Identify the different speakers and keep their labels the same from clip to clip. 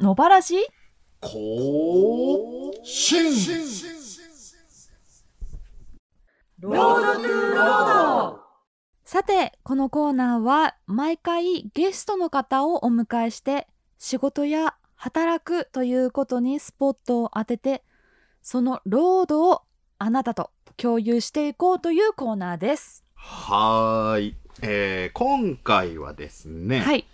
Speaker 1: 野原し
Speaker 2: こうしん
Speaker 1: ロードトゥーロードさて、このコーナーは毎回ゲストの方をお迎えして仕事や働くということにスポットを当ててそのロードをあなたと共有していこうというコーナーです。
Speaker 2: はーい、えー今回はですね、
Speaker 1: はい。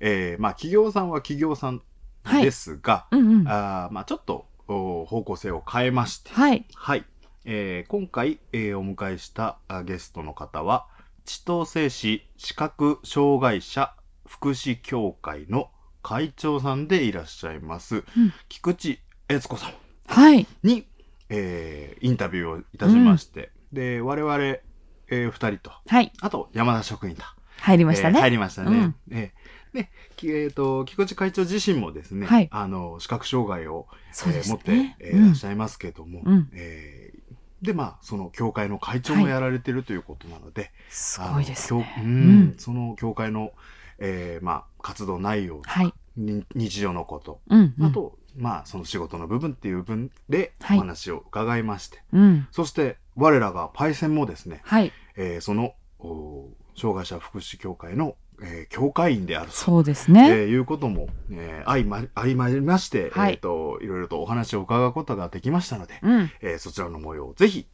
Speaker 2: えーまあ、企業さんは企業さん
Speaker 1: はい
Speaker 2: ですが、
Speaker 1: うんうん。
Speaker 2: あーまあ、ちょっとお方向性を変えまして、
Speaker 1: はい。
Speaker 2: はいえー今回、えーお迎えしたあゲストの方は千歳市視覚障害者福祉協会の会長さんでいらっしゃいます、菊池悦子さん
Speaker 1: はい。
Speaker 2: に、えーインタビューをいたしまして、で我々、えー、2人と
Speaker 1: はい。
Speaker 2: あと山田職員だ
Speaker 1: 入りました
Speaker 2: えー
Speaker 1: ね。
Speaker 2: 入りましたね。
Speaker 1: うん
Speaker 2: えーできえーと菊池会長自身もですね、
Speaker 1: はい
Speaker 2: あの視覚障害を、
Speaker 1: そう
Speaker 2: え
Speaker 1: で
Speaker 2: ー
Speaker 1: す
Speaker 2: 持
Speaker 1: ね
Speaker 2: って、えー
Speaker 1: うん
Speaker 2: いらっしゃいますけども、
Speaker 1: うん
Speaker 2: えーでまあその協会の会長も
Speaker 1: はい
Speaker 2: やられてるということなので、
Speaker 1: す
Speaker 2: あの
Speaker 1: ごいですね。
Speaker 2: きょううん
Speaker 1: うん
Speaker 2: その協会の、えーまあ、活動内容、
Speaker 1: はい。
Speaker 2: に日常のこと
Speaker 1: うん、うん。
Speaker 2: あと、まあその仕事の部分っていう部分で
Speaker 1: はい
Speaker 2: お話を伺いまして、
Speaker 1: うん。
Speaker 2: そして我らがパイセンもですね、
Speaker 1: はい。
Speaker 2: えーそのお障害者福祉協会の、えー協会員であると、
Speaker 1: そうです
Speaker 2: え
Speaker 1: ね。
Speaker 2: ーいうことも、えー、相ま相まりまして、
Speaker 1: はい
Speaker 2: えー、といろいろとお話を伺うことができましたので、
Speaker 1: うん。
Speaker 2: えーそちらの模様をぜひ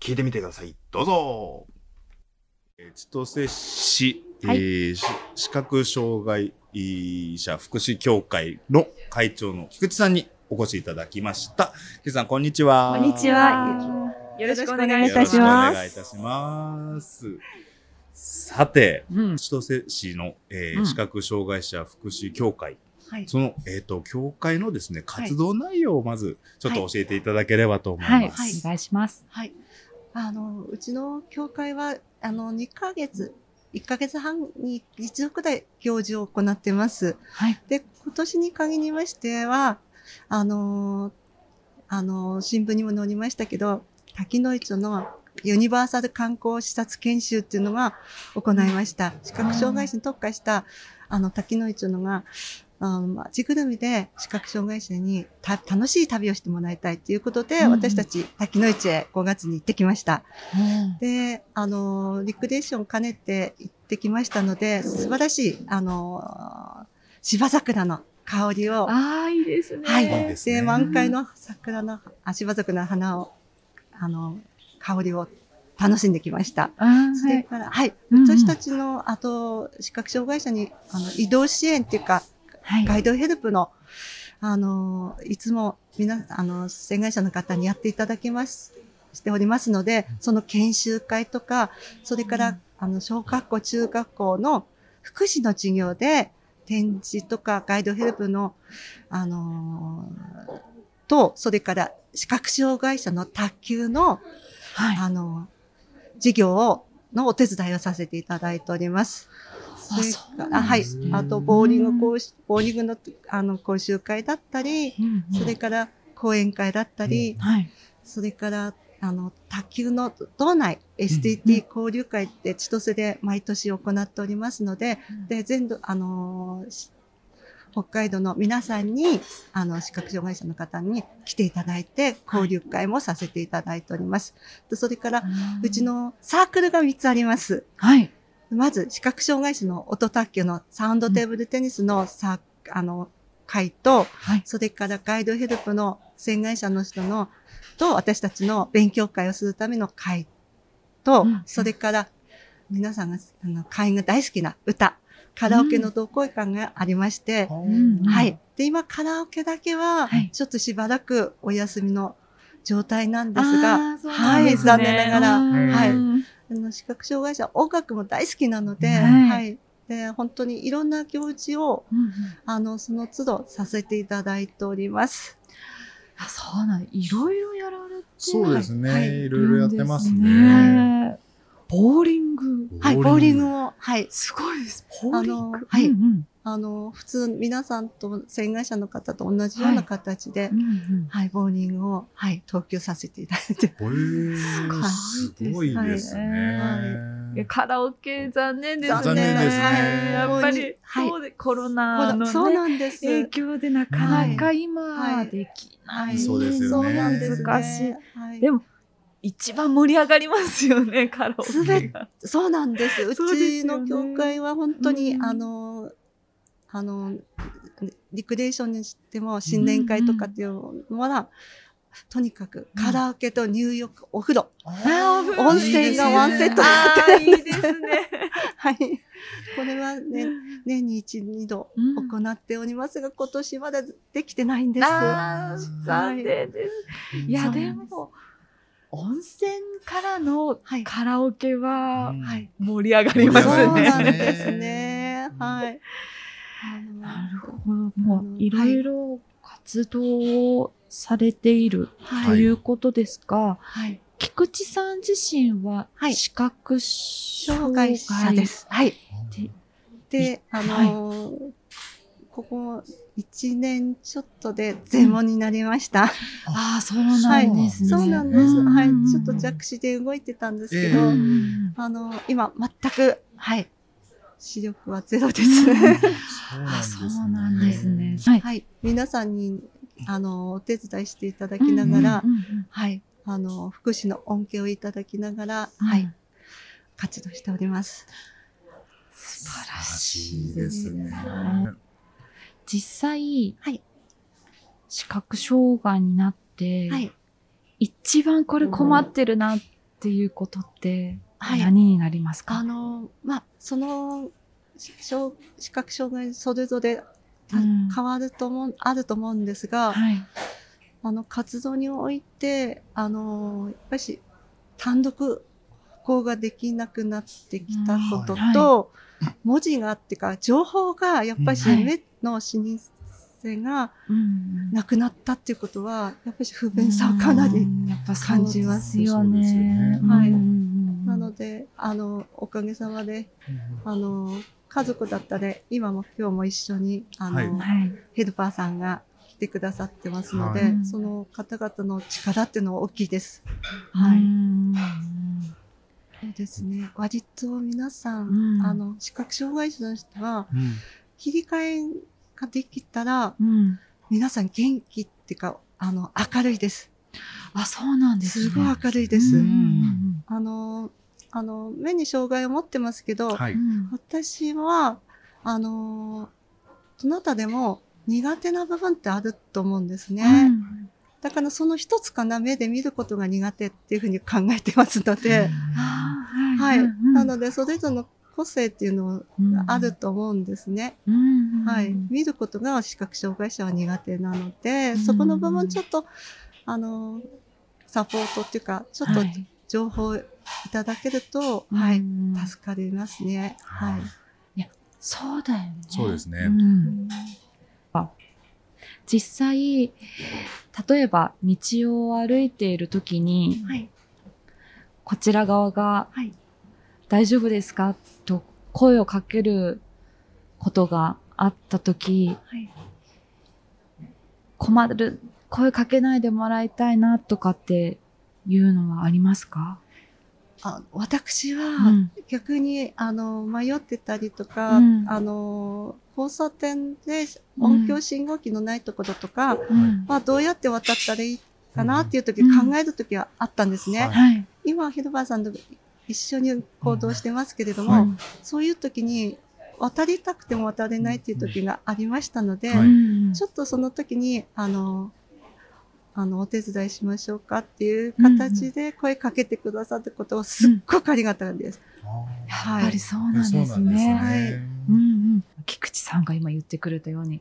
Speaker 2: 聞いてみてくださいどうぞえー千歳市、
Speaker 1: はい
Speaker 2: えーし視覚障害者福祉協会の会長の菊池さんにお越しいただきました菊池さんこんにちは
Speaker 3: こんにちは。よろしくお願いいたし
Speaker 2: よろし
Speaker 3: ま
Speaker 2: くお願いい
Speaker 3: す。
Speaker 2: たしますさて
Speaker 1: うん。
Speaker 2: 千歳市の、えー
Speaker 1: うん
Speaker 2: 視覚障害者福祉協会、
Speaker 3: はい
Speaker 2: その、えー、と協会のですね
Speaker 3: い
Speaker 2: 活動内容をまずちょっと教えていただければと思い
Speaker 1: はい。お
Speaker 2: ます。
Speaker 1: 願いします。
Speaker 3: はい。あの、うちの教会は、あの、2ヶ月、1ヶ月半に一度くらい行事を行ってます。
Speaker 1: はい。
Speaker 3: で、今年に限りましては、あの、あの、新聞にも載りましたけど、滝野市のユニバーサル観光視察研修っていうのが行いました。視覚障害者に特化した、あの、滝野市のが、あの街ぐるみで視覚障害者にた楽しい旅をしてもらいたいということで、
Speaker 1: うんうん
Speaker 3: 私たち滝野市へ5月に行ってきました。
Speaker 1: うん
Speaker 3: で、あの、リクレーション兼ねて行ってきましたので、素晴らしい、あの、芝桜の香りを、
Speaker 1: ああ、いいですね。
Speaker 3: はい
Speaker 2: いいですね
Speaker 3: で、満開の桜の、あ芝桜の花を、あの、香りを楽しんできました。
Speaker 1: うん
Speaker 3: それから、はい、
Speaker 1: うん
Speaker 3: 私たちの、あと、視覚障害者に、あの、移動支援っていうか、
Speaker 1: はい。
Speaker 3: ガイドヘルプの、あの、いつも、皆、あの、障害者の方にやっていただきます、しておりますので、その研修会とか、それから、
Speaker 1: うん
Speaker 3: あの、小学校、中学校の福祉の授業で、展示とかガイドヘルプの、あのと、それから、視覚障害者の卓球の、
Speaker 1: はい。
Speaker 3: あの、授業を、のお手伝いをさせていただいております。それ
Speaker 1: そうなん
Speaker 3: からあはい
Speaker 2: ですね。
Speaker 3: あと、ボーリング講習、ボーリングの、あの、講習会だったり、
Speaker 1: うんうん
Speaker 3: それから講演会だったり、
Speaker 1: はい。
Speaker 3: それから、あの、卓球の道内 STT 交流会って千歳で毎年行っておりますので、で、全部、あのーし北海道の皆さんに、あの、視覚障害者の方に来ていただいて、交流会もさせていただいております。でそれから、うち、のサークルが3つあります。
Speaker 1: はい。
Speaker 3: まず、視覚障害者の音卓球のサウンドテーブルテニスのサー、あの、会と、
Speaker 1: はい。
Speaker 3: それからガイドヘルプの障害者の人の、と私たちの勉強会をするための会と、
Speaker 1: うん
Speaker 3: それから皆さんが、あの、会員が大好きな歌、カラオケの同好会がありまして、
Speaker 1: んうん
Speaker 3: はい。で、今、カラオケだけは
Speaker 1: はい、
Speaker 3: ちょっとしばらくお休みの状態なんですが、
Speaker 1: あーそうな
Speaker 3: は
Speaker 1: んで
Speaker 3: い、
Speaker 1: すね
Speaker 3: 残念ながら、
Speaker 1: うん
Speaker 3: はい
Speaker 1: うん
Speaker 3: あの視覚障害者音楽も大好きなので、
Speaker 1: はい
Speaker 3: はい、で本当にいろんな行事を
Speaker 1: うん
Speaker 3: あのその都度させていただいております。
Speaker 1: あ、そうなんいろいろやられて。
Speaker 4: そうですね、
Speaker 3: はい
Speaker 4: い
Speaker 3: はい
Speaker 4: ろいろやってますね。
Speaker 1: ね。ボーリング。
Speaker 3: はい、ボーリングもはい、
Speaker 1: すごいです。ボーリング
Speaker 3: あの。はい
Speaker 1: うんうん
Speaker 3: あの普通皆さんと障害者の方と同じような形で、はい
Speaker 1: うんうん
Speaker 3: ボーリングをはい投球させていただいて、
Speaker 4: へー
Speaker 1: すごいですね
Speaker 4: すごいですね。
Speaker 3: はい
Speaker 1: いやカラオケ残念ですね。
Speaker 3: 残念
Speaker 2: ですね
Speaker 1: はいやっぱり、
Speaker 3: はい
Speaker 1: そうでコロ
Speaker 3: そう
Speaker 1: ナ
Speaker 3: だ
Speaker 1: の、ね、
Speaker 3: そうなんです。
Speaker 1: 影響でなかなか
Speaker 3: は
Speaker 1: 今
Speaker 3: い
Speaker 1: できない。
Speaker 3: はい
Speaker 2: そうですよ
Speaker 1: そ
Speaker 2: ね
Speaker 1: うなんです
Speaker 3: 難
Speaker 1: 難
Speaker 3: し
Speaker 1: し
Speaker 3: い
Speaker 1: い。
Speaker 3: はい
Speaker 1: でも一番盛り上がりますよね、カラオケが。
Speaker 3: 全そうなんです。う
Speaker 1: そうで
Speaker 3: ち
Speaker 1: すよ
Speaker 3: の
Speaker 1: ね
Speaker 3: 教会は本当に、
Speaker 1: うん
Speaker 3: あの、あの、リクレーションにしても、新年会とかっていうのは、とにかくカラオケと入浴、お風呂。
Speaker 1: あー
Speaker 3: 温泉がワンセットにな
Speaker 1: あーいいですね。
Speaker 3: はい。これはね、年に一、二度
Speaker 1: うん
Speaker 3: 行っておりますが、今年まだできてないんです。
Speaker 1: あー残念です。いや、
Speaker 3: そう
Speaker 1: でも、温泉からの
Speaker 3: はい
Speaker 1: カラオケは
Speaker 2: うん
Speaker 3: はい。
Speaker 1: 盛り上が
Speaker 2: い
Speaker 1: りま
Speaker 2: ますす
Speaker 1: ね。
Speaker 2: ね
Speaker 3: そうなんですね。はい。
Speaker 1: なるほど。も
Speaker 3: あ
Speaker 1: う
Speaker 3: の
Speaker 1: いろいろ活動をされている
Speaker 3: は
Speaker 1: と
Speaker 3: い。
Speaker 1: いうことですが、
Speaker 3: はい。
Speaker 1: 菊池さん自身は
Speaker 3: はい
Speaker 1: 視覚障
Speaker 3: 障
Speaker 1: 害
Speaker 3: 害者です。はい。で、あのーここ1年ちょっとで全盲になりました。
Speaker 1: ああ、そうなんですね。
Speaker 3: そうなんです。
Speaker 1: うん
Speaker 3: はい。ちょっと弱視で動いてたんですけど、
Speaker 2: ええ
Speaker 3: あのー今全く、はい。視力はゼロで
Speaker 1: う
Speaker 3: す。
Speaker 1: んあ、
Speaker 2: あ
Speaker 1: そうなんですね。はい。
Speaker 3: はい。皆さんに、あのーお手伝いしていただきながら、
Speaker 1: うんうんうん
Speaker 3: はい。あのー福祉の恩恵をいただきながら、
Speaker 1: うん
Speaker 3: はい。活動しております。
Speaker 1: 素晴
Speaker 2: 素晴
Speaker 1: ら
Speaker 2: ら
Speaker 1: し
Speaker 2: し
Speaker 1: い
Speaker 2: い
Speaker 1: で
Speaker 2: ですす
Speaker 1: ね
Speaker 2: ね。
Speaker 1: 実際、
Speaker 3: はい
Speaker 1: 視覚障害になって、
Speaker 3: はい。
Speaker 1: 一番これ困ってるなっていうことって
Speaker 3: はい
Speaker 1: 何になりますか、
Speaker 3: あの、まあ、その、し障視覚障害それぞれあ
Speaker 1: うん
Speaker 3: 変わると思う、あると思うんですが、
Speaker 1: はい
Speaker 3: あの、活動において、あの、やっぱりし単独歩行ができなくなってきたこ
Speaker 1: う
Speaker 3: とと、
Speaker 1: んは
Speaker 3: 文字がってか、情報が、やっぱりし
Speaker 1: うんはい
Speaker 3: 目の視認性が
Speaker 1: うん
Speaker 3: なくなったっていうことは、やっぱりし不便さをかなり
Speaker 1: うんやっぱ
Speaker 3: 感じま
Speaker 1: そう
Speaker 3: す
Speaker 1: ですよね。
Speaker 3: そうですよねはい
Speaker 1: うんうんうん
Speaker 3: なので、あの、おかげさまで、あの、家族だったり、今も今日も一緒に、あの、
Speaker 2: はい
Speaker 1: はい。
Speaker 3: ヘルパーさんが来てくださってますので、
Speaker 1: はい
Speaker 3: その方々の力っていうのは大きいです。
Speaker 1: はい。
Speaker 3: そうですね。割と皆さん、
Speaker 1: うん
Speaker 3: あの、視覚障害者の人は、切り替えができたら、
Speaker 1: うん。
Speaker 3: 皆さん元気っていうか、あの、明るいです。
Speaker 1: あ、そうなんですね。
Speaker 3: すごい明るいです。
Speaker 2: うん
Speaker 3: あの、あの、目に障害を持ってますけど、
Speaker 2: はい。
Speaker 1: うん
Speaker 3: 私は、あのーどなたでも苦手な部分ってあると思うんですね。
Speaker 1: うん
Speaker 3: だからその一つかな、目で見ることが苦手っていうふうに考えてますので、
Speaker 1: あー
Speaker 3: はい。
Speaker 1: うん
Speaker 3: なので、それぞれの個性っていうのがあると思うんですね。
Speaker 1: うん
Speaker 3: はい。
Speaker 1: うん
Speaker 3: 見ることが視覚障害者は苦手なので、
Speaker 1: うん
Speaker 3: そこの部分ちょっと、あのーサポートっていうか、ちょっと
Speaker 1: はい
Speaker 3: 情報いただけると、はい。
Speaker 1: うん
Speaker 3: 助かりますね。はい。
Speaker 1: そうだよね。
Speaker 2: そうですね
Speaker 1: うんあ実際、例えば道を歩いているときに、
Speaker 3: はい
Speaker 1: こちら側が、
Speaker 3: はい
Speaker 1: 大丈夫ですかと声をかけることがあったとき、
Speaker 3: はい
Speaker 1: 困る、声かけないでもらいたいなとかっていうのはありますか、
Speaker 3: あ私は、
Speaker 1: うん
Speaker 3: 逆にあの迷ってたりとか、
Speaker 1: うん
Speaker 3: あの交差点で音響信号機のないところとか、
Speaker 1: うん
Speaker 3: まあ、どうやって渡ったらいいかなっていう時、
Speaker 1: うん
Speaker 3: 考える時はあったんですね。
Speaker 2: はい
Speaker 1: はい。
Speaker 3: 今ヘルバーさんと一緒に行動してますけれども、
Speaker 2: はい
Speaker 3: そういう時に渡りたくても渡れないっていう時がありましたので、
Speaker 2: はい
Speaker 1: うん
Speaker 3: ちょっとその時にあのあのお手伝いしましょうかっていう形で声かけてくださったことをすっごくありがたいです。
Speaker 1: やっぱりそうなんです
Speaker 2: そう
Speaker 1: ね。
Speaker 2: なんです
Speaker 3: はい
Speaker 2: ね。
Speaker 1: うんうん、菊池さんが今言ってくれたように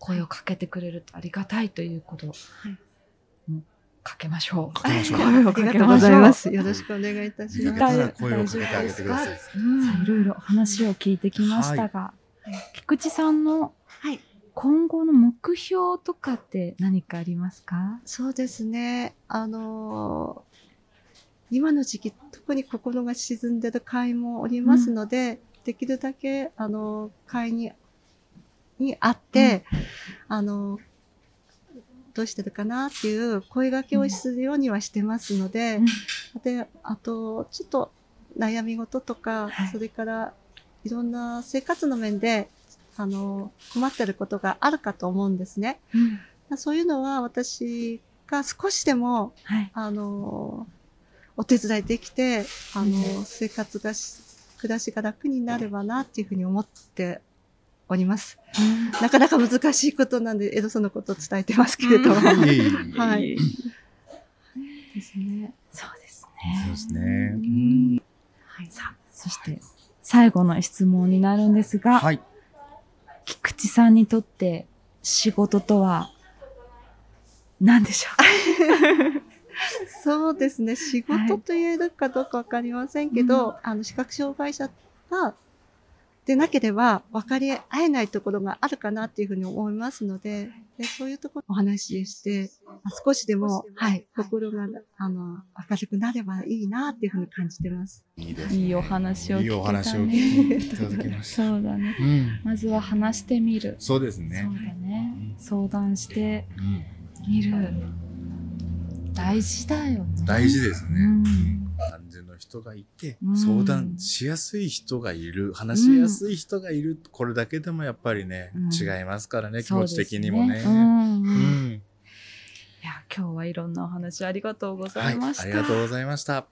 Speaker 1: 声をかけてくれるとありがたいということを、うんかけましょう。
Speaker 2: かけましょう
Speaker 1: 声を
Speaker 3: あり
Speaker 1: か
Speaker 3: が
Speaker 1: け
Speaker 3: とう
Speaker 1: ま
Speaker 3: ご
Speaker 1: し
Speaker 3: ざい
Speaker 1: ょ
Speaker 3: ま
Speaker 1: う。
Speaker 3: す。よろしくお願いいたし
Speaker 2: よ
Speaker 3: ま
Speaker 2: か
Speaker 3: す。
Speaker 2: ったら声をかけてあげてください。
Speaker 1: さあいろいろお話を聞いてきましたが、菊池さんの
Speaker 3: はい。
Speaker 1: 今後の目標とかって何かありますか？
Speaker 3: そうですね。あのー今の時期、特に心が沈んでる会もおりますので、できるだけ、あのー会に、に会って、あのーどうしてるかなっていう声掛けをするようにはしてますので、で、あと、ちょっと、悩み事とか、
Speaker 1: はい
Speaker 3: それからいろんな生活の面で、あの、困ってることがあるかと思うんですね。
Speaker 1: うん
Speaker 3: そういうのは私が少しでも、
Speaker 1: はい。
Speaker 3: あの、お手伝いできて、あの、生活がし、暮らしが楽になればなっていうふうに思っております。なかなか難しいことなんで、エドソンのことを伝えてますけれども。
Speaker 1: うん
Speaker 2: いえいえいえ
Speaker 3: はい。ですね。
Speaker 1: そうです
Speaker 4: そ
Speaker 1: ね
Speaker 4: うで。すね。
Speaker 1: はい。さあ、そして、最後の質問になるんですが、
Speaker 4: はい。
Speaker 1: 菊池さんにとって仕事とは何でしょうか
Speaker 3: そうですね。仕事と言えるかどうかわかりませんけど、あの、視覚障害者が、でなければ分かり合えないところがあるかなっていうふうに思いますので、でそういうところをお話しして、あ少しでも、はい、心が、あの、明るくなればいいなっていうふうに感じてます。
Speaker 4: いいです ね。
Speaker 1: いいお話を聞けたね
Speaker 4: いいお話を聞いていただきまし
Speaker 1: そ
Speaker 4: た。
Speaker 1: うだね。
Speaker 4: うん。
Speaker 1: まずは話してみる。
Speaker 4: そうです
Speaker 1: そ
Speaker 4: ね
Speaker 1: う。だね。相談して
Speaker 4: うん。
Speaker 1: みる。大事だよね。
Speaker 4: 大事ですね。
Speaker 1: う
Speaker 4: うんん単純の人がいて
Speaker 1: う、ん
Speaker 4: 相談しやすい人がいる、話しやすい人がいる、これだけでもやっぱりね
Speaker 1: うん、
Speaker 4: 違いますからね、気
Speaker 1: そう
Speaker 4: 持
Speaker 1: です
Speaker 4: ち的にもね
Speaker 1: う。ん
Speaker 4: う
Speaker 1: い
Speaker 4: ん。
Speaker 1: や、今日はいろんなお話ありがとうござ
Speaker 4: はいい。
Speaker 1: ました。
Speaker 4: ありがとうございました。